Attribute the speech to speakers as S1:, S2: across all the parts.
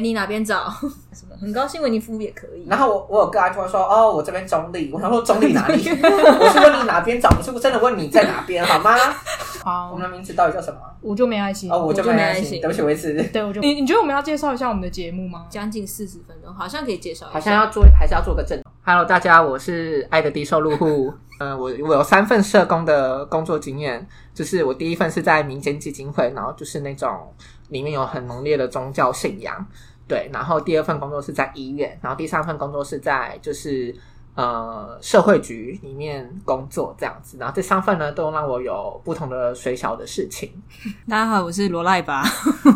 S1: 你哪边找 什么，很高兴为你服务也可以。
S2: 然后我我有跟他就说，哦，我这边中立，我想说中立哪里？我是问你哪边找，不是真的问你在哪边好吗？我
S3: 好
S2: 们，的名字到底叫什么？
S3: 我就没爱心。
S2: 哦，我就
S1: 就
S2: 没
S1: 没
S2: 爱
S1: 爱
S2: 心，
S1: 心
S2: 对不起，我一直
S3: 对，我就你你觉得我们要介绍一下我们的节目吗？
S1: 将近四十分钟，好像可以介绍一下。
S2: 好像要做，还是要做个正。Hello，大家，我是爱的低收入户。 呃，我我有三份社工的工作经验，就是我第一份是在民间基金会，然后就是那种里面有很浓烈的宗教信仰，对。然后第二份工作是在医院，然后第三份工作是在就是呃社会局里面工作这样子。然后这三份呢，都让我有不同的水小的事情。
S1: 大家好，我是罗赖吧。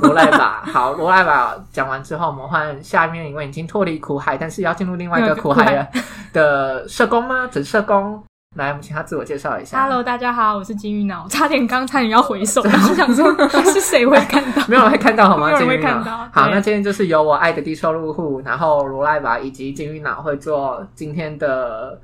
S2: 罗赖吧， 好，罗赖吧。讲完之后，我们换下面一位已经脱离苦海，但是要进入另外一个苦海了的社工吗？准社工，来，我们请他自我介绍一下。
S3: Hello，大家好，我是金鱼脑，我差点刚差点要回首，然后想说是谁会看 到？
S2: 没有人会看到好吗？
S3: 没有
S2: 金
S3: 人
S2: 鱼
S3: 会
S2: 脑
S3: 看到
S2: 好，
S3: 对
S2: 那今天就是由我爱的低收入户，然后罗赖吧以及金鱼脑会做今天的，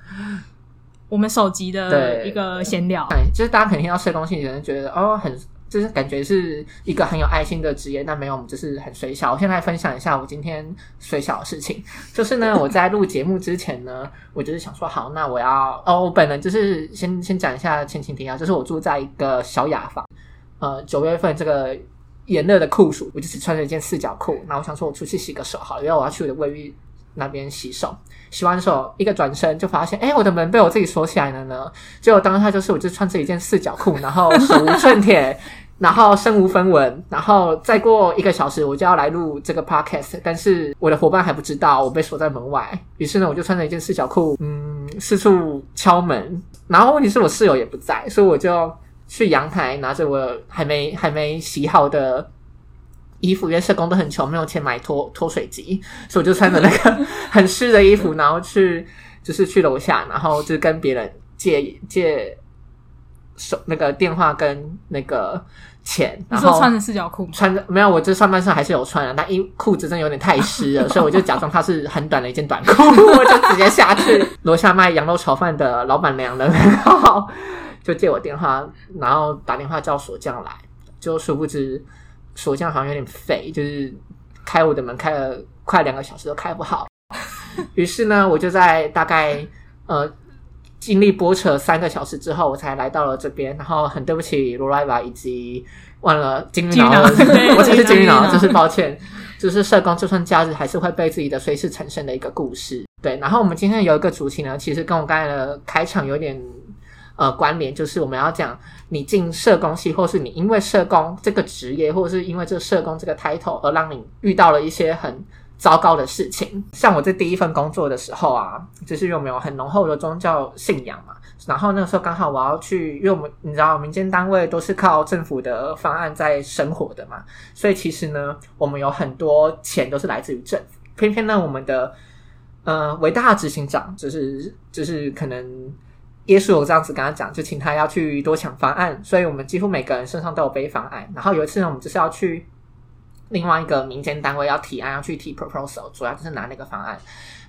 S3: 我们首集的
S2: 对
S3: 一个闲聊，
S2: 哎，就是大家可能听到社工系，可能觉得哦，很就是感觉是一个很有爱心的职业，但没有，我们就是很水小。我先来分享一下我今天水小的事情，就是呢，我在录节目之前呢，我就是想说，好，那我要哦，我本人就是先先讲一下前情提要，就是我住在一个小雅房，呃，九月份这个炎热的酷暑，我就只穿着一件四角裤，然后我想说我出去洗个手好了，因为我要去我的卫浴那边洗手。洗完手，一个转身就发现，哎、我的门被我自己锁起来了呢。结果当下就是我就穿着一件四角裤，然后手无寸铁。 然后身无分文，然后再过一个小时我就要来录这个 podcast，但是我的伙伴还不知道我被锁在门外，于是呢我就穿着一件四角裤，嗯，四处敲门。然后问题是我室友也不在，所以我就去阳台拿着我还没还没洗好的衣服，因为社工都很穷，没有钱买脱脱水机，所以我就穿着那个 很湿的衣服，然后去就是去楼下，然后就跟别人借借手那个电话跟那个钱，
S3: 你
S2: 然
S3: 说
S2: 后
S3: 穿着四角裤吗？
S2: 穿着没有，我这上半身还是有穿的，啊但衣裤子真的有点太湿了，所以我就假装它是很短的一件短裤，我就直接下去楼下卖羊肉炒饭的老板娘了，然后就借我电话，然后打电话叫锁匠来，就殊不知锁匠好像有点废，就是开我的门开了快两个小时都开不好，于是呢，我就在大概呃。经历波折三个小时之后，我才来到了这边。然后很对不起罗莱瓦以及忘了金鱼
S3: 金鱼
S2: 脑
S3: 脑
S2: 了，
S3: 对
S2: 我才是金鱼
S3: 金鱼
S2: 脑，
S3: 脑
S2: 就是抱歉，就是社工就算假日还是会被自己的随事产生的一个故事。对，然后我们今天有一个主题呢，其实跟我刚才的开场有点呃关联，就是我们要讲你进社工系，或是你因为社工这个职业，或者是因为这社工这个 title 而让你遇到了一些很糟糕的事情。像我在第一份工作的时候啊，就是因为我们有很浓厚的宗教信仰嘛，然后那个时候刚好我要去，因为我们你知道民间单位都是靠政府的方案在生活的嘛，所以其实呢，我们有很多钱都是来自于政府，偏偏呢我们的呃伟大的执行长，就是就是可能耶稣有这样子跟他讲，就请他要去多抢方案，所以我们几乎每个人身上都有背方案。然后有一次呢，我们就是要去另外一个民间单位要提案，要去提 proposal，主要就是拿那个方案。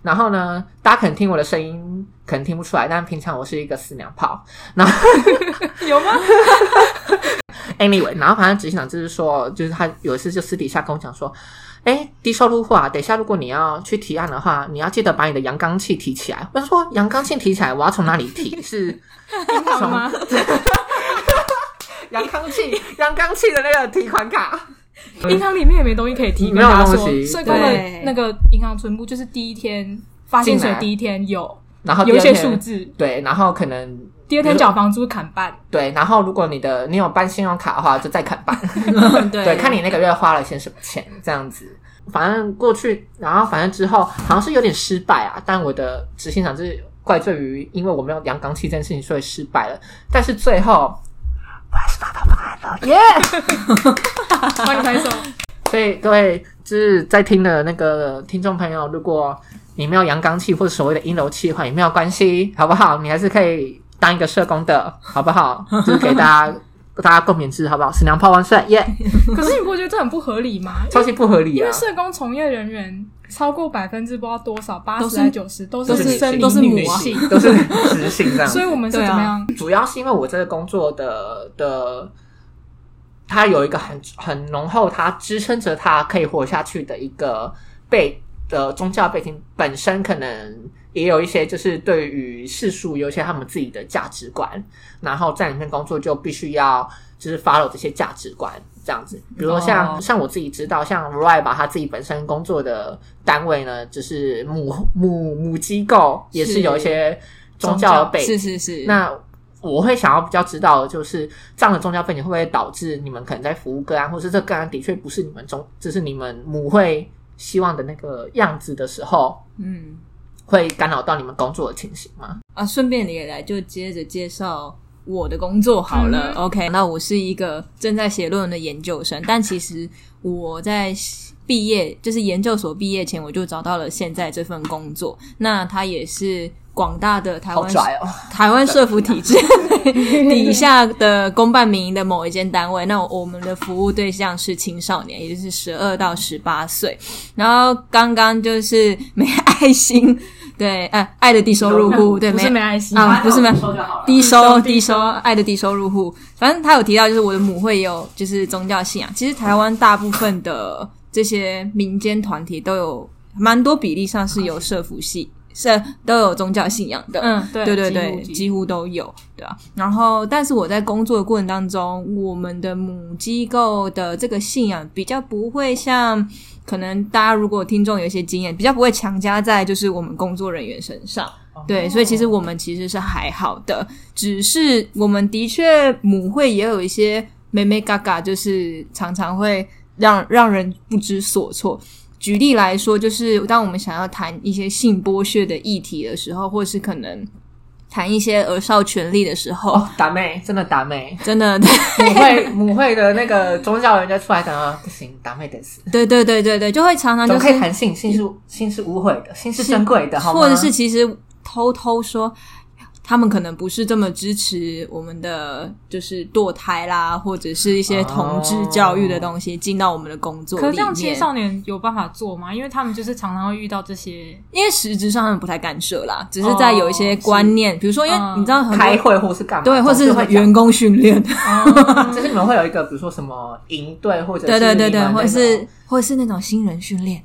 S2: 然后呢，大家可能听我的声音，可能听不出来，但平常我是一个死娘炮，
S3: 有吗？
S2: Anyway，然后反正执行长就是说，就是他有一次就私底下跟我讲说，哎，低收入户啊，等一下如果你要去提案的话，你要记得把你的阳刚气提起来。我就说阳刚气提起来，我要从哪里提？ 是
S3: 樱桃吗？
S2: 阳刚气，阳刚气的那个提款卡。
S3: 银行里面也没东西可以提，
S2: 没
S3: 跟
S2: 有
S3: 大家
S2: 东
S3: 说，
S2: 西
S3: 社工的
S1: 对
S3: 那个银行存部就是第一天发薪
S2: 进
S3: 水
S2: 来
S3: 第一天有
S2: 然后第
S3: 有
S2: 二
S3: 一些
S2: 天
S3: 数，字，
S2: 对，然后可能
S3: 第二天缴房租砍半，
S2: 对，然后如果你的你有办信用卡的话，就再砍半。
S1: 对
S2: 对，看你那个月花了些什么钱，这样子。反正过去，然后反正之后好像是有点失败啊，但我的执行长就是怪罪于因为我没有量钢器这件事情，所以失败了。但是最后我还是拿到方案了，耶、
S3: 帮你拍 手。
S2: 所以各位就是在听的那个听众朋友，如果你没有阳刚气或者所谓的阴柔气的话，也没有关系，好不好？你还是可以当一个社工的，好不好？就是给大家 大家共勉之，好不好？死娘炮万岁，耶、
S3: 可是你不觉得这很不合理吗？
S2: 超级不合理
S3: 因
S2: 啊
S3: 为！社工从业人员超过百分之不知道多少，八
S1: 都
S3: 十
S1: 是
S3: 还九十都
S1: 都
S2: 是
S3: 是生
S2: 都
S1: 是
S3: 理女
S1: 母啊
S3: 性，
S2: 都是直 性这样子
S3: 所以我们是
S1: 对啊
S3: 怎么样？
S2: 主要是因为我这个工作的的它有一个很很浓厚，它支撑着它可以活下去的一个背的宗教背景本身，可能也有一些就是对于世俗有一些他们自己的价值观，然后在里面工作就必须要就是 follow 这些价值观这样子。比如说像、
S3: 哦
S2: 像我自己知道，像 Rai 吧，他自己本身工作的单位呢，就是母母母机构，也是
S1: 是
S2: 有一些宗
S3: 宗
S2: 教
S3: 教
S2: 背景
S1: 是。是是，
S2: 那我会想要比较知道，的就是这样的宗教背景会不会导致你们可能在服务个案，或是这个案的确不是你们中，就是你们母会希望的那个样子的时候，
S1: 嗯
S2: 会干扰到你们工作的情形吗？
S1: 啊，顺便你也来就接着介绍。我的工作好了、
S3: 嗯
S1: o k 那我是一个正在写论文的研究生，但其实我在毕业，就是研究所毕业前，我就找到了现在这份工作。那它也是广大的台
S2: 好
S1: 湾
S2: 拽哦！
S1: 台湾社服体制底下的公办民营的某一间单位，那我们的服务对象是青少年，也就是十二到十八岁。然后刚刚就是没爱心，对，哎、爱的低收入户，对，
S3: 不是
S1: 没
S3: 没爱心
S1: 啊不是吗
S2: 说就好了
S1: 低收
S3: 低
S1: 低收爱的低收入户，反正他有提到，就是我的母会有就是宗教信仰。其实台湾大部分的这些民间团体都有蛮多比例上是有社服系，是都有宗教信仰的。
S3: 嗯，对
S1: 对对
S3: 几乎
S1: 对，
S3: 几乎
S1: 几乎都有，对啊。然后，但是我在工作的过程当中，我们的母机构的这个信仰比较不会像。可能大家如果听众有一些经验，比较不会强加在就是我们工作人员身上，对，所以其实我们其实是还好的，只是我们的确母会也有一些妹妹嘎嘎，就是常常会让让人不知所措。举例来说，就是当我们想要谈一些性剥削的议题的时候，或是可能谈一些儿少权利的时候，，
S2: 哦，打妹真的打妹
S1: 真的，
S2: 母会母会的那个宗教人就出来讲啊，不行，打妹得死，
S1: 对对对对对，就会常常
S2: 怎
S1: 就
S2: 么
S1: 是
S2: 可以谈性？性是性是污秽的，性是珍贵的，好吗？
S1: 或者是其实偷偷说，他们可能不是这么支持我们的，就是堕胎啦，或者是一些同志教育的东西进到我们的工作里
S3: 可
S1: 面。
S3: 是这样青少年有办法做吗？因为他们就是常常会遇到这些，
S1: 因为实质上他们不太干涉啦，只是在有一些观念，比如说，因为
S3: 嗯
S1: 你知道很多、
S2: 开会或是干嘛？
S1: 对，或
S2: 总
S1: 是
S2: 会讲
S1: 员工训 练，哦
S2: 就是你们会有一个，比如说什么营队，或者是
S1: 对对对
S2: 你
S1: 对，
S2: 们那
S1: 或
S2: 种
S1: 者是或者是那种新人训练，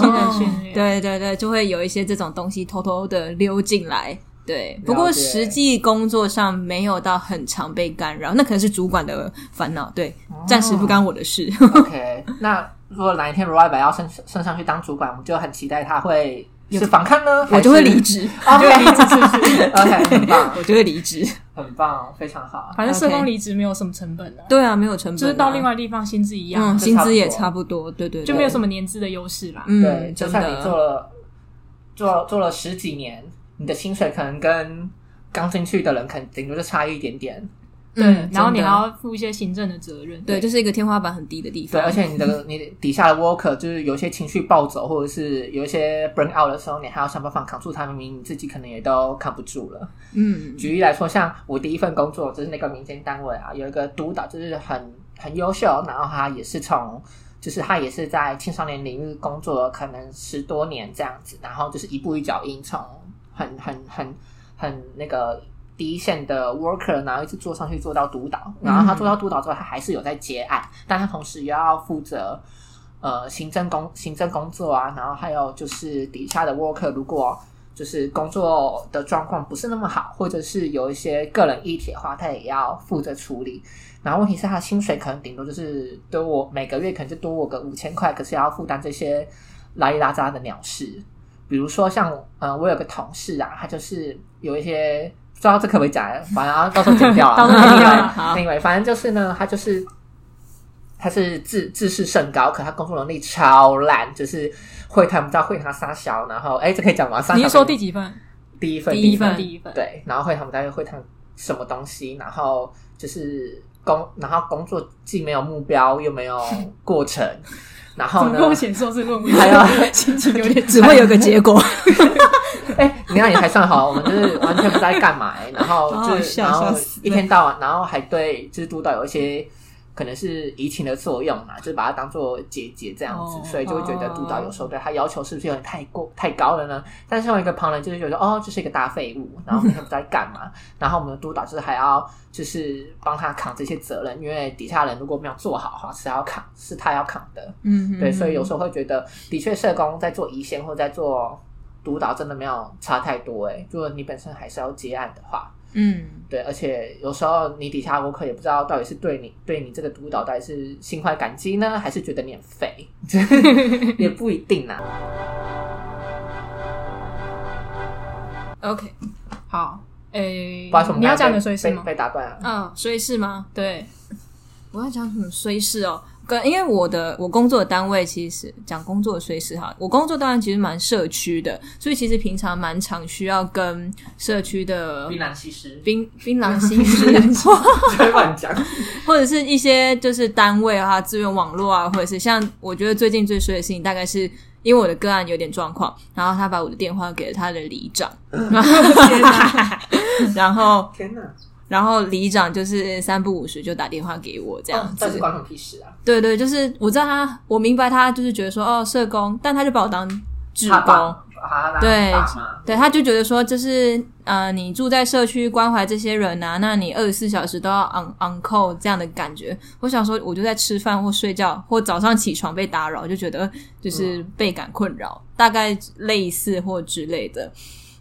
S3: 新人训练，
S1: 对对对，就会有一些这种东西偷偷的溜进来。对，不
S2: 了
S1: 过
S2: 解
S1: 实际工作上没有到很常被干扰，那可能是主管的烦恼，对，
S2: 哦
S1: 暂时不干我的事。
S2: OK。那如果哪一天罗爱白要升升上去当主管，我们就很期待他会是反抗呢，
S1: 我就会离
S2: 职，
S1: 职，
S2: 啊， 就会离职，是不是？OK，很棒，
S1: 我就会离职。
S2: 很棒，非常好。
S3: 反正社
S1: OK
S3: 工离职没有什么成本的、
S1: 对啊，没有成本、啊，
S3: 就是到另外地方薪资一样，
S1: 嗯，
S2: 就
S1: 薪
S2: 差不
S1: 资也
S2: 多
S1: 差不多，对对，
S3: 就没有什
S1: 么
S3: 么年资的优势啦。
S2: 对，
S1: 嗯，
S2: 就
S1: 真
S2: 算你做
S1: 的
S2: 了做做了十几年，你的薪水可能跟刚进去的人肯顶多就差一点点。
S3: 对，然后你
S1: 嗯真
S3: 还。
S1: 的
S3: 要负一些行政的责任。
S1: 对，就是一个天花板很低的地
S2: 对，
S1: 方。
S2: 而且你的你底下的 worker 就是有一些情绪暴走，或者是有一些 burn out 的时候，你还要想办法扛住他，明明你自己可能也都扛不住了。
S1: 嗯，
S2: 举例来说，像我第一份工作就是那个民间单位啊，有一个督导就是很很优秀，然后他也是从就是他也是在青少年领域工作，可能十多年这样子，然后就是一步一脚印从很很很很那个。第一线的 worker，然后一直做上去做到督导，然后他做到督导之后，他还是有在接案，但他同时也要负责呃行政工行政工作啊，然后还有就是底下的 worker，如果就是工作的状况不是那么好，或者是有一些个人议题的话，他也要负责处理。然后问题是，他的薪水可能顶多就是多我每个月可能就多我个五千块，可是要负担这些拉里拉杂的鸟事。比如说像，呃，我有个同事啊，他就是有一些不知道这可不可以讲，啊反正到时候剪掉了。
S3: 到时候剪掉啊了
S1: 好
S2: 因为反正就是呢，他就是他是自自视甚高，可他工作能力超烂，就是会谈不知道会谈撒小，然后哎，这可以讲吗？撒小
S3: 你是说第几份？
S2: 第一份
S1: 第一份
S3: 第一份。
S2: 对，然后会谈不到会谈什么东西，然后就是工，然后工作既没有目标又没有过程，然
S3: 怎
S2: 后
S3: 么
S2: 呢
S3: 跟？我写硕士论 文？
S2: 还有
S3: 心情有点
S1: 只会有个结果。
S2: 哎，你看你还算好，我们就是完全不知道在干嘛、哎然后
S1: 好好
S2: 就是
S1: 笑
S2: 然后
S1: 笑死
S2: 一天到晚，然后还对就是督导有一些。可能是移情的作用嘛，就是把她当做姐姐这样子，
S3: 哦
S2: 所以就会觉得督导有时候对她要求是不是有点太过太高了呢？但是用一个旁人就是觉得哦，这是一个大废物，然后我们不知道在 干嘛，然后我们的督导就是还要就是帮他扛这些责任，因为底下人如果没有做好的话是要扛，是他要扛的。
S1: 嗯，
S2: 对，所以有时候会觉得，的确社工在做一线或在做督导，真的没有差太多哎、欸。如果你本身还是要接案的话，
S1: 嗯，
S2: 对，而且有时候你底下的顾客也不知道到底是对你对你这个督导到底是心怀感激呢，还是觉得你 很废，也不一定啊啦。
S1: ，OK，好，
S3: 诶、
S2: 不好意思，我们
S3: 你要
S2: 刚刚
S3: 讲你的
S2: 被
S3: 随事吗
S2: 被？被打断啊了。
S1: 嗯，所以是吗？
S3: 对，
S1: 我要讲什么虽事哦，跟因为我的我工作的单位其实讲工作的虽事哈，我工作当然其实蛮社区的，所以其实平常蛮常需要跟社区的
S2: 榔西施，
S1: 槟槟榔西施
S2: 别 乱讲。
S1: 或者是一些就是单位啊、资源网络啊，或者是像我觉得最近最衰的事情，大概是因为我的个案有点状况，然后他把我的电话给了他的里长， 然后
S2: 天哪，
S1: 然后里长就是三不五时就打电话给我这样
S2: 哦
S1: 子，
S2: 但是关我屁事啊！
S1: 对对，就是我知道他，我明白他就是觉得说哦社工，但他就把我当志
S2: 他
S1: 工。
S2: 爸，啊他爸
S1: 对
S2: 爸妈
S1: 对，他就觉得说，就是呃，你住在社区关怀这些人啊，那你二十四小时都要 on on call 这样的感觉。我想说，我就在吃饭或睡觉，或早上起床被打扰，就觉得呃就是倍感困扰，大概类似或之类的。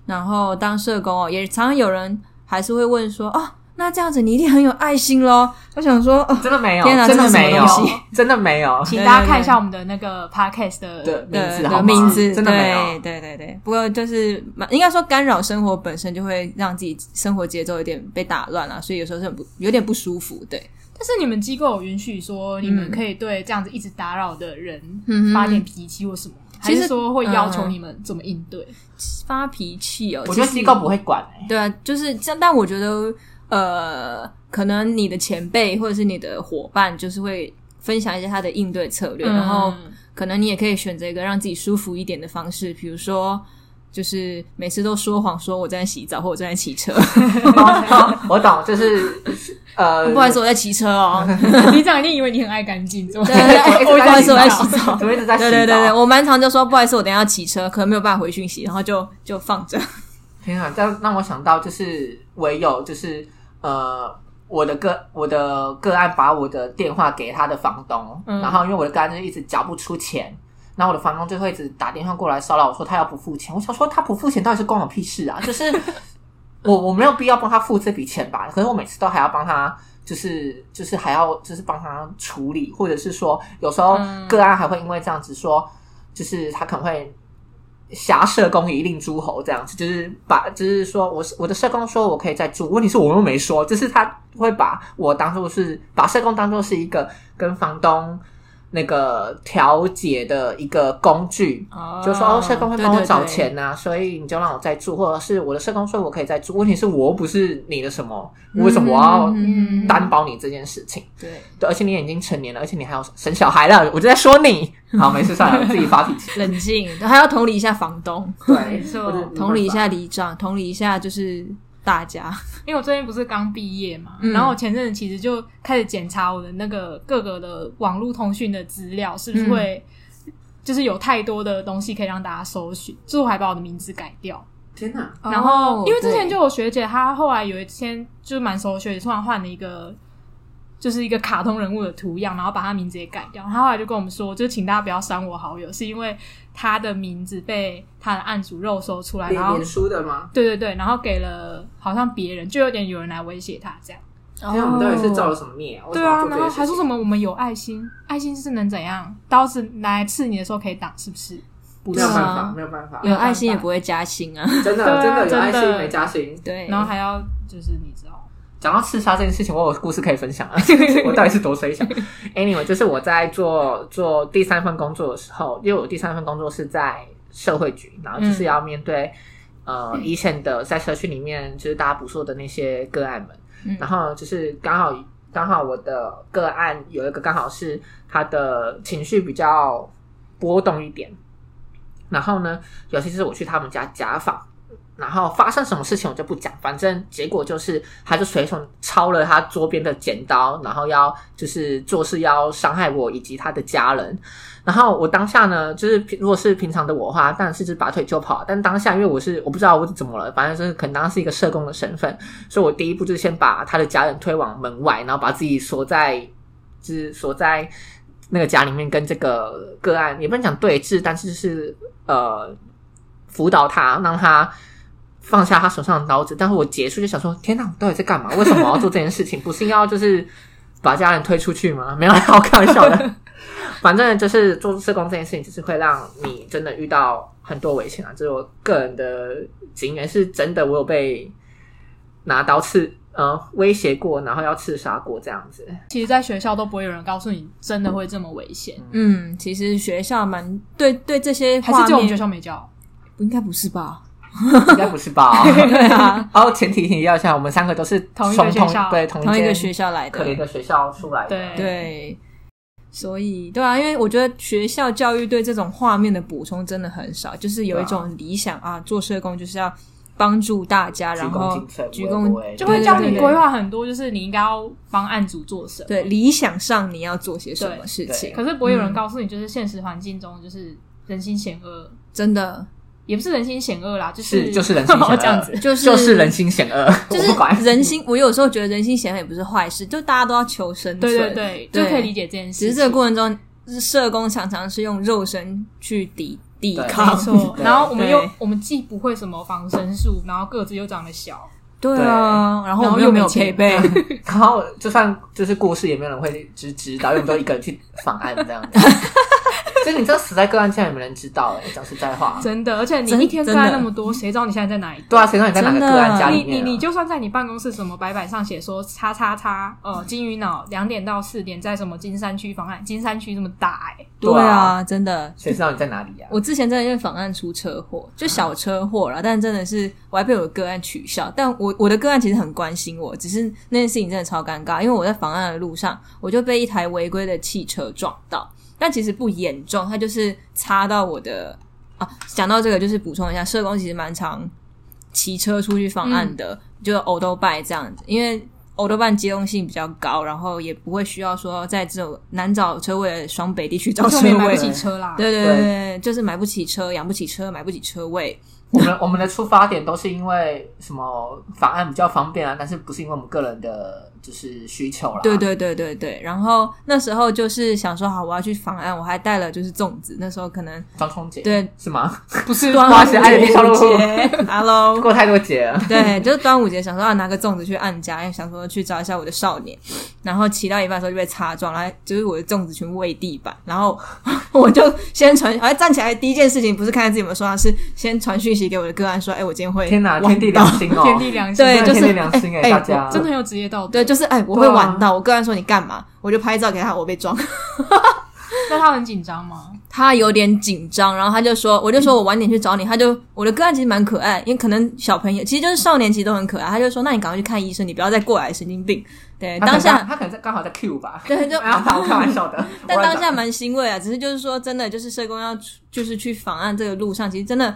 S1: 然后当社工哦，也常常有人还是会问说，哦，那这样子你一定很有爱心咯。我想说，哦，
S2: 真的没有，
S1: 天哪
S2: 真的
S1: 这是什么
S2: 没有
S1: 东西，
S2: 真的没有。
S3: 请大家看一下我们的那个 podcast 的
S2: 的名
S1: 的
S2: 字好
S1: 的
S2: 吗
S1: 名字，
S2: 真的没有。
S1: 对对对对。不过就是蛮应该说干扰生活本身就会让自己生活节奏有点被打乱啊，所以有时候是很不有点不舒服。对，
S3: 但是你们机构有允许说，你们可以对这样子一直打扰的人
S1: 嗯
S3: 发点脾气或什么吗？
S1: 其
S3: 还
S1: 实
S3: 是说会要求你们怎么应对？
S1: 发脾气哦，
S2: 我觉得
S1: 其实
S2: 机构不会管欸
S1: 对啊，就是这样。但我觉得呃，可能你的前辈或者是你的伙伴，就是会分享一些他的应对策略，然后
S3: 嗯
S1: 可能你也可以选择一个让自己舒服一点的方式，比如说。就是每次都说谎，说我正在洗澡或我正在骑 车，
S2: 我懂，就是呃，
S1: 不好意思，我在骑车哦。
S3: 里长一定以嗯为你很爱干净，怎么
S1: 对对对，
S2: 我一
S1: 不好意
S2: 直在
S1: 思，
S2: 洗
S1: 我在
S2: 澡
S1: 洗澡。
S2: 怎么一直在洗
S1: 对
S2: 澡？
S1: 对对对，我蛮常就说不好意思，我等一下要骑车，可能没有办法回讯息，然后就 就放着。
S2: 天啊，这样让我想到就是唯有就是呃，我的个我的个案把我的电话给他的房东，
S3: 嗯
S2: 然后因为我的个案就是一直缴不出钱。然后我的房东就会一直打电话过来骚扰我说他要不付钱，我想说他不付钱到底是关我屁事啊！就是 我我没有必要帮他付这笔钱吧？可是我每次都还要帮他，就是就是还要就是帮他处理，或者是说有时候
S3: 嗯
S2: 个案还会因为这样子说，就是他可能会侠社工以令诸侯这样子，就是把就是说我是我的社工说我可以再住，问题是我又没说，就是他会把我当做是把社工当做是一个跟房东那个调解的一个工具，
S3: 哦
S2: 就说哦，社工会
S1: 对
S2: 帮我
S1: 对
S2: 找
S1: 对
S2: 钱呐、所以你就让我再住，或者是我的社工说我可以再住。问题是我又不是你的什么，我为什么我要
S1: 嗯
S2: 担保你这件事情？
S1: 对，
S2: 对，而且你也已经成年了，而且你还要生小孩了，我就在说你。好，没事，算了，我自己发脾气。
S1: 冷静，还要同理一下房东，
S2: 对，
S3: 错
S2: 我就没办法
S1: 同理一。下里长，同理一下就是大家。
S3: 因为我最近不是刚毕业嘛，
S1: 嗯
S3: 然后我前阵子其实就开始检查我的那个各个的网络通讯的资料，是不是会就是有太多的东西可以让大家搜寻，就是我还把我的名字改掉。
S2: 天哪，
S3: 然后
S1: 哦
S3: 因为之前
S1: 对
S3: 就有学姐，她后来有一天就是蛮熟的学姐，突然换了一个。就是一个卡通人物的图样，然后把她名字也改掉。她后来就跟我们说，就请大家不要删我好友，是因为她的名字被她的案主肉搜出来，然后
S2: 书的吗？
S3: 对对对，然后给了好像别人，就有点有人来威胁他这样。
S2: 天啊我们到底是造
S1: 哦
S2: 了什么孽？为什么
S3: 对
S2: 要
S3: 啊，
S2: 做这
S3: 然
S2: 些
S3: 后
S2: 事
S3: 还
S2: 情
S3: 说什么我们有爱心，爱心是能怎样？刀子拿来刺你的时候可以挡，是不是？不
S2: 没
S3: 是
S2: 有。
S1: 对
S2: 办
S1: 啊
S2: 法，没有办 法，
S1: 有爱心也不会加薪啊。
S2: 真的
S3: 对啊
S2: 真的有爱
S3: 真
S2: 心
S3: 的
S2: 没加薪。
S1: 对，
S3: 然后还要就是你知道，
S2: 讲到刺杀这件事情，我有故事可以分享啊！我到底是多衰小？Anyway，就是我在做做第三份工作的时候，因为我第三份工作是在社会局，然后就是要面对、呃一线的在社区里面就是大家不错的那些个案们，
S1: 嗯
S2: 然后就是刚好刚好我的个案有一个刚好是他的情绪比较波动一点，然后呢，尤其是我去他们家家访，然后发生什么事情我就不讲，反正结果就是他就随手抄了他桌边的剪刀，然后要就是做事要伤害我以及他的家人。然后我当下呢，就是平如果是平常的我的话，当然是只拔腿就跑。但当下因为我是我不知道我是怎么了，反正就是可能当时是一个社工的身份，所以我第一步就是先把他的家人推往门外，然后把自己锁在，就是锁在那个家里面，跟这个个案也不能讲对峙，但是是呃辅导他，让他放下他手上的刀子。但是我结束就想说，天哪，我到底在干嘛？为什么我要做这件事情？不是应该要就是把家人推出去吗？没有，我 开玩笑的。反正就是做社工这件事情，就是会让你真的遇到很多危险啊。这是我个人的经验，是真的，我有被拿刀刺，呃，威胁过，然后要刺杀过这样子。
S3: 其实，在学校都不会有人告诉你真的会这么危险，
S1: 嗯，其实学校蛮对对这些
S3: 还是
S1: 画
S3: 就我们学
S1: 面，
S3: 校没教？
S1: 应该不是吧？
S2: 应该不是吧？
S1: 对啊，
S2: 哦，前提提要一下，我们三个都是
S3: 同一个
S2: 从
S3: 学校
S2: 对，同
S1: 同一
S2: 间
S1: 个学校来
S2: 可
S1: 的
S2: 怜，的学校出来的。
S3: 对
S1: 对，所以对啊，因为我觉得学校教育对这种画面的补充真的很少，就是有一种理想啊做社工就是要帮助大家，
S2: 鞠
S1: 然
S2: 躬
S1: 后
S2: 尽瘁，
S1: 鞠
S2: 无微
S1: 躬
S2: 不微
S3: 就会教
S1: 对
S3: 你
S1: 对
S3: 规划很多，就是你应该要帮案主做什么。
S1: 对理想上你要做些什么事
S2: 对
S1: 情，
S3: 可是不会有人告诉你，就是现实环境中就是人心险恶，
S1: 真的
S3: 也不是人心险恶啦，就是
S2: 就是人心 险恶
S3: 嗯这样子。
S1: 就是
S2: 就是人心险恶，
S1: 就
S2: 我不管
S1: 是人心，我有时候觉得人心险恶也不是坏事，就大家都要求生存，
S3: 对对对，就可以理解这件事
S1: 只
S3: 情。
S1: 是这个过程中，社工常常是用肉身去抵抵
S2: 对
S1: 抗
S3: 没，错，
S2: 对
S3: 然后我们又
S1: 对
S3: 我们既不会什么防身术，然后个子又长得小，
S1: 对啊，然后我
S3: 然后
S1: 们
S3: 又
S1: 又没有
S3: 没钱
S1: 配备，
S2: 然后就算就是过世，也没有人会知知道，因为我们都一个人去访案这样子。 所以你这死在个案，竟然也没人知道、欸，讲实在话。
S3: 真的。而且你
S1: 真
S3: 一天
S1: 真
S3: 看
S1: 的
S3: 那么多，谁知道你现在在哪一
S2: 对啊，谁知道你在哪个个案家
S1: 真
S2: 里
S3: 你
S2: 面、
S3: 你
S2: 啊？
S3: 你就算在你办公室什么白板上写说叉叉叉，呃，金鱼脑两点到四点在什么金山区方案，金山区这么大哎、
S1: 对
S2: 对
S1: 啊，
S2: 啊
S1: 真的。
S2: 谁知道你在哪里呀、啊？
S1: 我之前真的因为访案出车祸，就小车祸啦，但真的是我还被我的个案取笑。但我我的个案其实很关心我，只是那件事情真的超尴尬，因为我在访案的路上，我就被一台违规的汽车撞到，但其实不严重，它就是擦到我的啊。讲到这个，就是补充一下，社工其实蛮常骑车出去访案的，就 o l d b y 这样子，因为 o l d b y 机动性比较高，然后也不会需要说在这种难找车位的双北地区找
S3: 欸，就
S1: 车
S3: 没买不
S1: 位。
S3: 起车啦。
S1: 对对
S2: 对
S1: 对对，就是买不起车，养不起车，买不起车位。
S2: 我们我 们的出发点都是因为什么法案比较方便啊，但是不是因为我们个人的就是需求啦？
S1: 对对对对对。然后那时候就是想说，好，我要去访案，我还带了就是粽子。那时候可能
S2: 张冲姐
S1: 对
S2: 是吗？
S1: 不 是
S2: 花
S1: 端
S2: 式爱的地上
S1: 午
S2: 路
S1: 节，Hello，
S2: 过太多节了，
S1: 对，就是端午节想说啊要拿个粽子去按家，也想说去找一下我的少年。然后骑到一半的时候就被擦撞，然后就是我的粽子全部喂地板。然后 我就先传，好像站起来第一件事情不是看看自己有没有受伤，是先传讯息给我的个案说，哎，我今天会
S2: 天哪，
S1: 晚
S2: 天地
S1: 到
S2: 良心哦，
S3: 天地良心，
S1: 对，
S2: 真的
S1: 就是
S2: 天地良心哎
S1: 哎
S2: 大家
S1: 我
S3: 真的很有职业道德。
S1: 对，就是哎、我会晚到。我个人说你干嘛，我就拍照给他，我被撞。
S3: 那他很紧张吗？
S1: 他有点紧张，然后他就说，我就说我晚点去找你。他就我的个案其实蛮可爱，因为可能小朋友其实就是少年，其实都很可爱。他就说，那你赶快去看医生，你不要再过来，神经病。对，
S2: 他
S1: 当
S2: 可能刚
S1: 下
S2: 他可能在刚好在 Q 吧，
S1: 对就。
S2: 然后我开玩笑的，
S1: 但
S2: 我乱
S1: 当
S2: 讲
S1: 下蛮欣慰啊，只是就是说，真的就是社工要出就是去访案这个路上，其实真的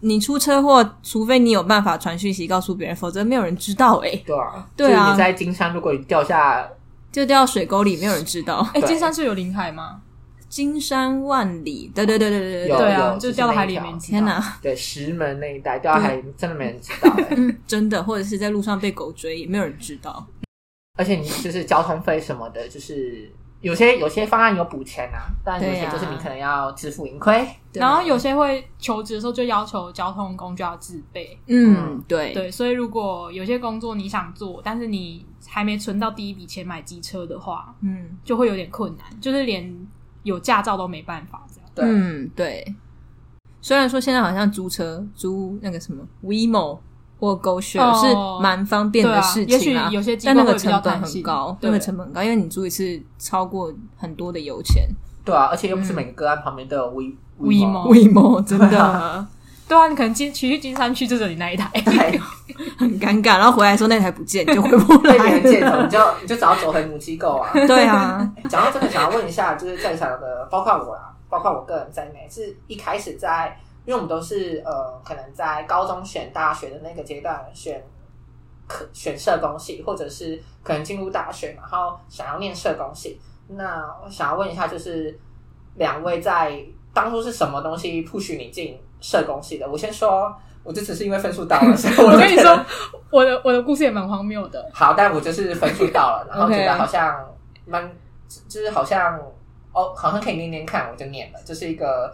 S1: 你出车祸，除非你有办法传讯息告诉别人，否则没有人知道 诶、
S2: 对啊，
S1: 对啊
S2: 就是你在金山，如果你掉下，
S1: 就掉水沟里，没有人知 道。
S3: 哎、
S2: 对
S3: 金山是有林海吗？
S1: 金山万里，对对对对对
S2: 有
S1: 对，
S3: 对啊，
S2: 有
S3: 就
S2: 就是
S3: 掉到海里
S2: 那一条
S3: 面。
S1: 天哪！！
S2: 对石门那一带掉到海里，真的没人知道、欸。
S1: 真的，或者是在路上被狗追，也没有人知道。
S2: 而且你就是交通费什么的，就是有些有些方案有补钱啊，但有
S1: 对
S2: 些
S1: 啊
S2: 就是你可能要自负盈亏。
S1: 对
S3: 然后有些会求职的时候就要求交通工具要自备，
S1: 嗯，对
S3: 对，所以如果有些工作你想做，但是你还没存到第一笔钱买机车的话，
S1: 嗯
S3: 就会有点困难，就是连有驾照都没办法这样。
S2: 对，
S1: 嗯对。虽然说现在好像租车租那个什么 WeMo 或 GoShare、
S3: 哦
S1: 是蛮方便的事
S3: 对
S1: 情
S3: 啊
S1: 啊
S3: 也许有些机构
S1: 但那
S3: 会
S1: 个
S3: 比较
S1: 成
S3: 弹
S1: 本很
S3: 性
S1: 高，
S3: 对
S1: 那个成本很高，因为你租一次超过很多的油钱。
S2: 对啊，而且又不是每个个案旁边都有 V
S3: WeMo
S1: WeMo 真
S2: 对
S1: 的
S3: 对啊，你可能金骑去金山区就只有你那一台，
S2: 对，
S1: 很尴尬，然后回来的时候那台不见，就回不
S2: 被别
S1: 来
S2: 人借走，
S1: 了
S2: 你。就你就只要走回母机构啊。
S1: 对啊，
S2: 讲到这个，想要问一下，就是在场的，包括我啊，包括我个人在内，是一开始在因为我们都是呃，可能在高中选大学的那个阶段选可选社工系，或者是可能进入大学，然后想要念社工系。那我想要问一下，就是两位在当初是什么东西 push 你进社工系的？我先说，我这只是因为分数到了，所以我
S3: 我跟你
S2: 觉得
S3: 说，我的我的故事也蛮荒谬的。
S2: 好，但我就是分数到了，然后觉
S1: OK
S2: 得好像蛮，就是好像哦，好像可以念念看，我就念了，就是一个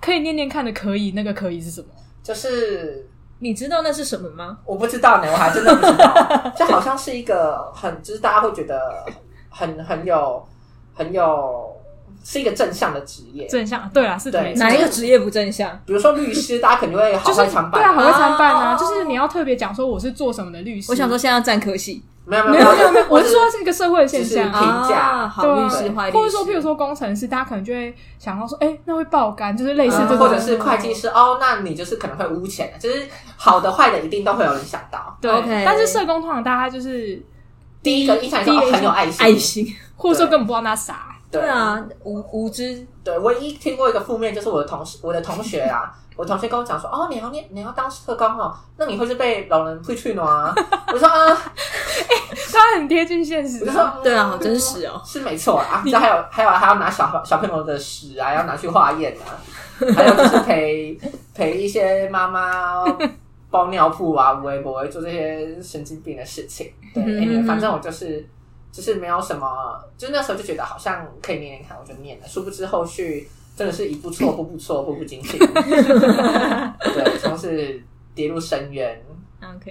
S3: 可以念念看的，可以那个可以是什么？
S2: 就是
S1: 你知道那是什么吗？
S2: 我不知道呢，我还真的不知道，就好像是一个很，就是大家会觉得很很有很有是一个正向的职业，
S3: 正向对啊啦，是
S2: 对
S3: 没错
S1: 哪一个职业不正向？
S2: 比如说律师，大家肯定会好
S3: 就是
S2: 坏参
S3: 对
S2: 半
S3: 啊，好
S2: 啊，
S3: 会参半啊，
S1: 哦
S3: 就是你要特别讲说我是做什么的律师。
S1: 我想说，现在要占科系
S2: 没有
S3: 没
S2: 没
S3: 有
S2: 有
S3: 没有没有，我
S2: 就是
S3: 说是一个社会的现象
S2: 就是评价
S1: 啊好
S3: 对
S1: 律
S3: 啊
S1: 师坏律师，
S3: 或者说譬如说工程师，大家可能就会想到说，哎，那会爆肝，就是类似这种，
S2: 或者是会计师哦，那你就是可能会污钱，就是好的坏的一定都会有人想到。
S3: 对
S1: OK
S3: 但是社工通常大家就是
S2: 第一个印象
S3: 第
S2: 就
S3: 一个
S2: 很
S3: 印
S2: 有
S3: 象
S2: 爱心，
S1: 爱心。
S3: 或者说根本不知道那啥，
S2: 对
S1: 对，啊，无无知
S2: 对，唯一听过一个负面就是我的同事，我的同学 啊，我同学跟我讲说，哦，你要念，你要当社工哦，那你会是被老人会去吗？ 我说啊，
S3: 他很贴近现实
S2: 我就。说
S1: 对啊，好真，实哦
S2: 嗯。是没错啊。这还有还有还要拿小小朋友的屎啊，要拿去化验啊， 还有就是陪陪一些妈妈包尿布啊，无微不微做这些神经病的事情。对，
S1: 嗯
S2: anyway，
S1: 嗯
S2: 反正我就是就是没有什么，就那时候就觉得好像可以念念看，我就念了，殊不知后续真的是一步错，步步错，步步惊 心。对，从此跌入深渊。
S1: OK，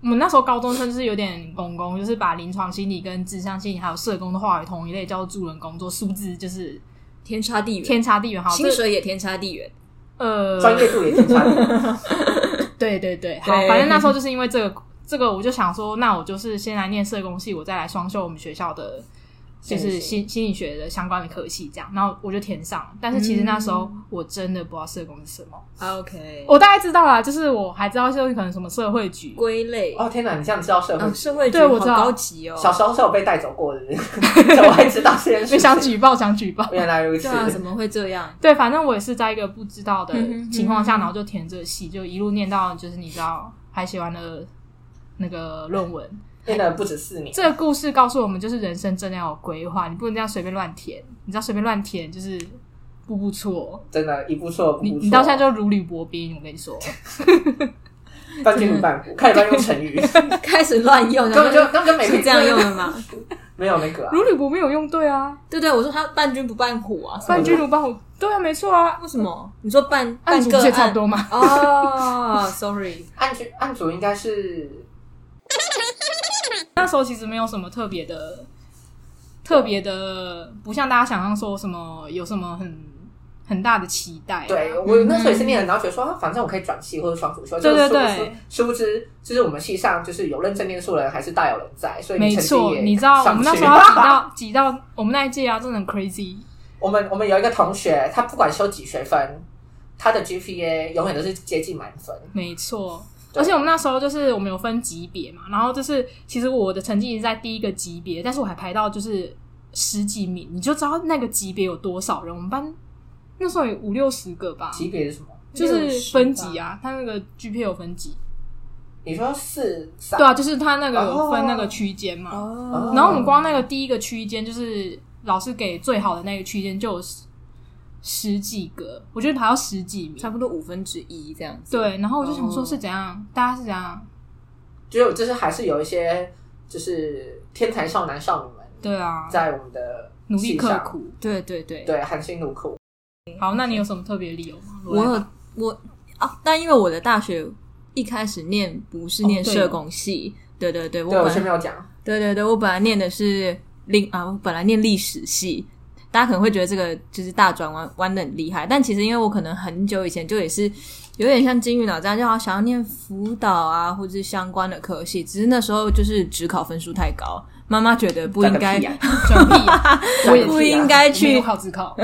S3: 我们那时候高中生就是有点公公，就是把临床心理跟智商心理还有社工都划为同一类，叫做助人工作，数字就是
S1: 天差地远，
S3: 天差地远。好，
S1: 薪
S3: 这
S1: 水也天差地远。
S3: 呃，
S2: 专业度也挺差的，
S3: 对对对，好，反正那时候就是因为这个这个，我就想说，那我就是先来念社工系，我再来双修我们学校的，就是
S2: 心
S3: 心心理学的相关的科系，这样，然后我就填上了。但是其实那时候
S1: 嗯
S3: 我真的不知道社工是什么，
S1: 啊 OK，
S3: 我大概知道啦，就是我还知道就是可能什么社 会局，
S1: 归类
S2: 哦天哪！你这样知道社会
S1: 啊，社会局
S3: 对我
S1: 好
S3: 知道
S1: 高级哦。
S2: 小时候是有被带走过的，怎么会知道这件
S3: 就
S2: 事
S3: 想
S2: 情？
S3: 举报想举报。
S2: 原来如
S1: 对，
S2: 此
S1: 啊，怎么会这样？
S3: 对，反正我也是在一个不知道的
S1: 嗯哼
S3: 情况下，
S1: 嗯哼
S3: 然后就填这个系，就一路念到就是你知道，还写完了那个论文。
S2: 念了不止四年。
S3: 这个故事告诉我们，就是人生真的要有规划，你不能这样随便乱填。你知道随便乱填就是步步错，
S2: 真的，一步错，步
S3: 你
S2: 步错。
S3: 你到现在就如履薄冰。我跟你说，
S2: 半斤不
S3: 嗯
S2: 半步，开始在用成 语，根
S1: 开始乱用，
S2: 本就
S1: 然后
S2: 根本就没
S1: 是这样用，的吗？
S2: 没有那个啊。
S3: 如履薄冰有用对 啊，
S1: 对对，我说他半君不半虎啊，
S3: 伴君如伴虎，对啊，没错啊，
S1: 为什么？你说半
S3: 按
S1: 半
S3: 主
S1: 个
S3: 界
S1: 案
S3: 差不多嘛。
S1: 哦，sorry，
S2: 案主案主应该是
S3: 那时候其实没有什么特别的，特别的，不像大家想象说什么有什么很很大的期待啊、
S2: 对我那时候也是念了，然后觉得说，啊反正我可以转系或者双主修。
S3: 对对对
S2: 就是殊不知，殊不知就是我们系上就是有认真念书的人还是大有人在，所以
S3: 没
S2: 成
S3: 错，
S2: 绩也
S3: 你知道我
S2: 上
S3: 们
S2: 去
S3: 那时候 要挤到挤到我们那一届啊，真的很 crazy。
S2: 我们我们有一个同学，他不管修几学分，他的 GPA 永远都是接近满分。
S3: 没错，
S2: 对
S3: 而且我们那时候就是我们有分级别嘛，然后就是其实我的成绩一直在第一个级别，但是我还排到就是十几名，你就知道那个级别有多少人。我们班那时候有五六十个吧，
S2: 级别是什么？
S3: 就是分级啊，他那个 GPA 有分级，
S2: 你说四三
S3: 对啊，就是他那个有
S2: 哦
S3: 分那个区间嘛。
S1: 哦
S3: 然后我们光那个第一个区间，就是老师给最好的那个区间就有十十几个，我觉得排到十几名
S1: 差。不多五分之一这样子。
S3: 对，然后我就想说
S1: 哦
S3: 是怎样，大家是怎样，
S2: 只有就是还是有一些就是天才少男少女们
S3: 对啊，
S2: 在我们的
S3: 努力
S2: 系
S3: 刻
S2: 上，
S3: 苦。
S1: 对对对，
S2: 对，含辛茹苦。
S3: 好，那你有什么特别理由吗？
S1: 我
S3: 罗莱
S1: 有我啊，但因为我的大学一开始念不是念
S3: 哦对
S1: 社工系，对对对，我
S2: 对我
S1: 本
S2: 前
S1: 来
S2: 面有讲，
S1: 对对对，我本来念的是历啊，我本来念历史系。大家可能会觉得这个就是大转弯弯的很厉害，但其实因为我可能很久以前就也是有点像金鱼脑这样，就好像想要念辅导啊，或者是相关的科系，只是那时候就是只考分数太高，妈妈觉得不应该
S2: 赚个屁啊
S3: 转屁啊，
S2: 我也
S1: 不应该
S3: 没有
S1: 去，
S3: 考自考，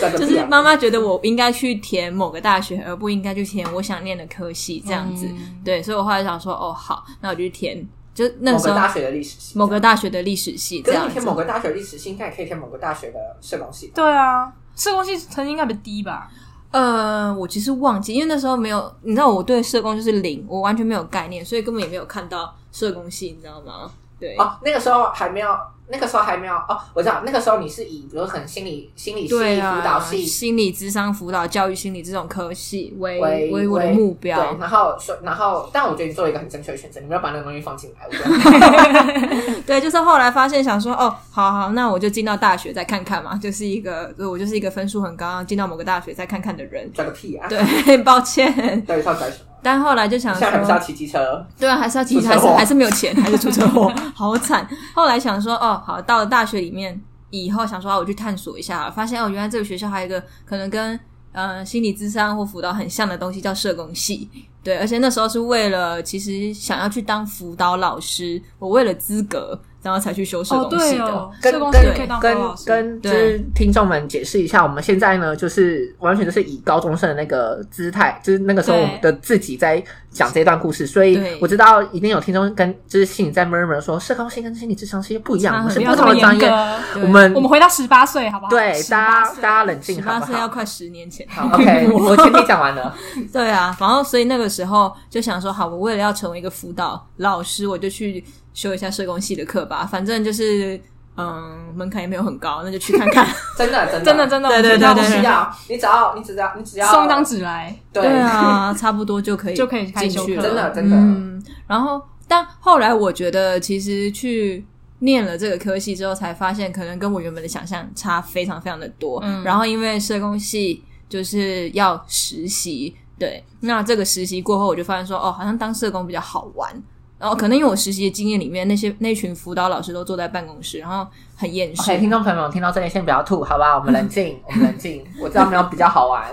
S2: 赚个
S1: 就
S2: 屁
S1: 是
S2: 啊
S1: 妈妈觉得我应该去填某个大学，而不应该去填我想念的科系这样子。
S3: 嗯
S1: 对，所以我后来想说，哦，好，那我就去填，就那
S2: 某
S1: 个时
S2: 个
S1: 候
S2: 大学的历史系，
S1: 某个大学的历史系
S2: 可
S1: 这
S2: 是
S1: 样
S2: 你
S1: 子
S2: 填。某个大学历史系，应该也可以填某个大学的社工系吧。
S3: 对啊，社工系成绩应该比较低吧？
S1: 呃，我其实忘记，因为那时候没有，你知道我对社工就是零，我完全没有概念，所以根本也没有看到社工系，你知道吗？对，
S4: 哦，那个时候还没有，那个时候还没有哦，我知道，那个时候你是以比如说可能心理心理系、
S1: 对啊，
S4: 辅导系
S1: 心理智商辅导、教育心理这种科系为
S4: 为
S1: 啊为我的目标
S4: 对，。然后说，然后但我觉得你做了一个很正确的选择，你没有把那个东西放进来，我觉得
S1: 对，就是后来发现想说，哦，好好，那我就进到大学再看看嘛，就是一个我就是一个分数很高，进到某个大学再看看的人。
S4: 拽个屁啊！
S1: 对，抱歉，
S4: 到底是要拽什么？
S1: 但后来就想
S4: 现在还不是
S1: 说
S4: 要，骑机车？
S1: 对啊，还是要其实
S4: 出
S1: 还
S4: 车
S1: 是
S4: 祸
S1: 还是没有 钱，还是出车祸，好惨。后来想说，哦，好，到了大学里面以后，想说啊，我去探索一下，发现哦，原来这个学校还有一个可能跟呃心理咨商或辅导很像的东西，叫社工系。对，而且那时候是为了其实想要去当辅导老师，我为了资格，然后才去修社
S3: 哦，
S1: 工系
S3: 对
S1: 的。
S3: 哦，
S2: 跟
S3: 社工
S2: 跟
S3: 系可以当辅导老
S2: 跟
S3: 师，
S2: 跟就
S1: 对
S2: 是听众们解释一下，我们现在呢，就是完全就是以高中生的那个姿态，就是那个时候我们的自己在讲这段故事，所以
S1: 对
S2: 我知道一定有听众跟就是心里在 murmur 说，社工系跟心理智商系不一样，
S1: 差
S2: 我们
S1: 很
S2: 是
S3: 不
S1: 多
S2: 不同
S3: 要这么
S2: 的专
S3: 严
S2: 业。
S3: 格。
S2: 我
S3: 我
S2: 们
S3: 们回到十八岁好不好？
S2: 对
S3: 18
S2: 大家
S3: 岁
S2: 大家冷
S4: 哦
S2: 静
S1: 十
S2: 好
S1: 八
S2: 不
S1: 岁要
S2: 好？
S1: 快十年前，
S4: 好
S2: OK，我前提讲完了，
S1: 对啊，然后所以那个时候就想说，好，我为了要成为一个辅导老师，我就去修一下社工系的课吧，反正就是嗯，门槛也没有很高，那就去看 看。
S4: 真的真的
S3: 真的真的，
S1: 对对
S3: 我觉
S1: 对
S3: 得
S4: 那
S3: 我
S4: 不
S1: 对
S3: 需
S4: 需
S1: 对
S3: 要
S4: 要，你只要你只要你只要
S3: 送一张纸来，
S4: 对
S1: 对啊，差不多就可以
S3: 就可以开
S1: 进
S3: 修
S1: 去
S3: 课
S1: 了，
S4: 真的真的
S1: 嗯，然后但后来我觉得，其实去念了这个科系之后，才发现可能跟我原本的想象差非常非常的多。
S3: 嗯
S1: 然后因为社工系就是要实习，对，那这个实习过后，我就发现说，哦，好像当社工比较好玩。然后可能因为我实习的经验里面，那些那群辅导老师都坐在办公室，然后很厌世。
S2: OK，听众朋友们，听到这里先不要吐，好吧？我们冷 静，我们冷静。
S4: 我知道没有比较好玩，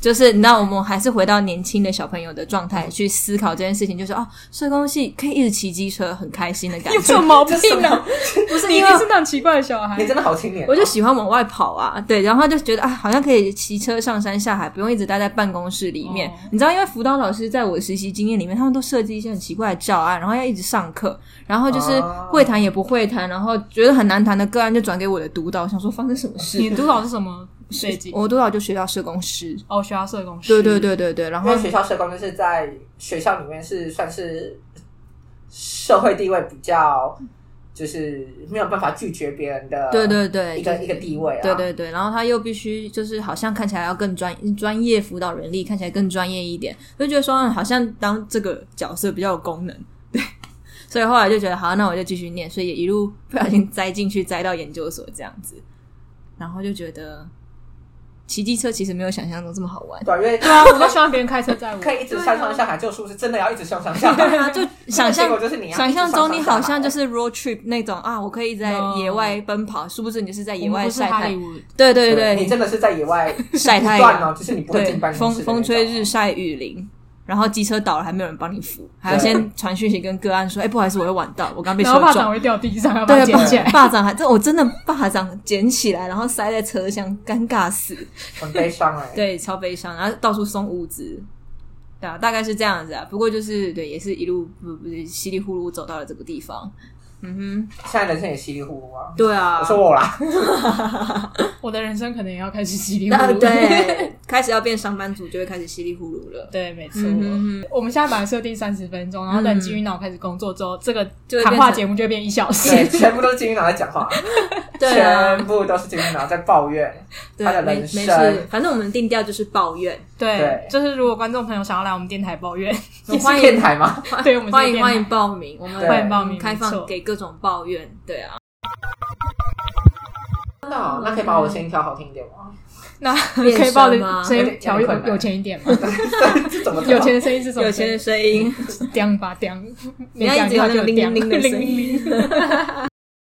S1: 就是你知道，我们还是回到年轻的小朋友的状态去思考这件事情，就是哦，社工系可以一直骑机车，很开心的感
S3: 有什
S1: 觉
S3: 么。毛病
S4: 这是什
S3: 呢
S4: 么？？
S3: 不 是，你一定是那种奇怪的小孩
S4: 你。真的好青年哦，
S1: 我就喜欢往外跑啊，对，然后就觉得啊，好像可以骑车上山下海，不用一直待在办公室里面。
S3: 哦
S1: 你知道，因为辅导老师在我实习经验里面，他们都设计一些很奇怪的教案，然后要一直上课，然后就是
S4: 哦
S1: 会谈也不会谈，然后觉得很难谈的个案就转给我的督导，想说发生什么 事
S3: 你。督导是什么背景？
S1: 我督导就学到社工师，
S3: 哦，学校社工师。
S1: 对对，对对对，然
S4: 因
S1: 后
S4: 为学校社工就是在学校里面是算是社会地位比较，就是没有办法拒绝别人的，
S1: 对对对，
S4: 一个
S1: 就
S4: 一个地位啊，
S1: 对对对，然后他又必须就是好像看起来要更专专业辅导人力，看起来更专业一点，就觉得说嗯好像当这个角色比较有功能，对， 所以后来就觉得好，那我就继续念，所以也一路不小心栽进去，栽到研究所这样子，然后就觉得骑机车其实没有想象中这么好 玩，
S4: 对啊，因 为
S3: 对啊，我都希望别人开车载我。
S4: 可以一直上上下海，救书是 真的要一直上上下
S1: 对
S4: 海，
S1: 啊，就想
S4: 结
S1: 象
S4: 果就是你要
S1: 想象中你好像就是是 road trip 那种啊，我可以在
S3: 哦
S1: 野外奔跑，殊不知你就是在
S3: 我
S1: 野
S3: 们
S1: 外
S3: 不是
S1: 晒
S3: 哈
S1: 太
S3: 利
S1: 阳，
S3: 伍，
S1: 对对
S4: 你
S1: 对，
S4: 真的是在野外
S1: 晒 太
S4: 乱
S1: 阳
S4: 哦，。就是你不会
S1: 对
S4: 进，办公
S1: 风
S4: 室的那种，
S1: 风吹日晒雨淋，然后机车倒了还没有人帮你扶，还要
S4: 对
S1: 先传讯息跟个案说，哎、不好意思，我会晚到，我刚被
S3: 然
S1: 车
S3: 后怕长
S1: 撞。
S3: 会掉地上，要把它
S1: 对，
S3: 捡起来
S1: 巴。巴掌还这，我真的巴掌捡起来，然后塞在车厢，尴尬死。
S4: 很悲伤哎，
S1: 对，超悲伤，然后到处送物资。对啊，大概是这样子啊。不过就是对，也是一路不不是稀里糊涂走到了这个地方。嗯哼，
S4: 现在人生也稀里糊涂啊。
S1: 对啊
S4: 我，说我啦，
S3: 我的人生可能也要开始稀里糊
S1: 那
S3: 涂。
S1: 啊对，开始要变上班族，就会开始稀里糊涂了。
S3: 对，没错。
S1: 嗯哼，
S3: 我们现在本来设定三十分钟，然后等金鱼脑开始工作之后，这个
S1: 就会变成
S3: 谈话节目就会变一小时。
S4: 对， 全部都是金鱼脑在讲话，
S1: 对啊，
S4: 全部都是金鱼脑在抱怨。
S1: 对啊
S4: 他的，
S1: 没
S4: 人
S1: 没事
S4: 生，
S1: 反正我们定调就是抱怨。
S3: 对，
S4: 对
S3: 就是如果观众朋友想要来我们电台抱怨，
S1: 也是
S4: 是电台吗？
S3: 对我们是
S1: 欢
S3: 电
S1: 迎
S3: 台
S1: 欢迎报名，我们
S4: 对欢迎
S3: 报名
S1: 开
S3: 没
S1: 放
S3: 错
S1: 给各种抱怨，对啊，
S4: 真的哦，那可以把我的声音调好听一点吗？
S3: 那
S1: 变
S3: 可以抱
S1: 身吗
S3: 着声音调一
S4: 有点困难
S3: 有钱一点吗？
S4: 这怎么调
S3: 有钱的声音是什么
S1: 有
S3: 声
S1: 钱
S3: 音？
S1: 的声音，
S3: 叮吧叮，
S1: 你要一直有那种
S3: 叮
S1: 铃铃铃的声音
S3: 铃铃铃。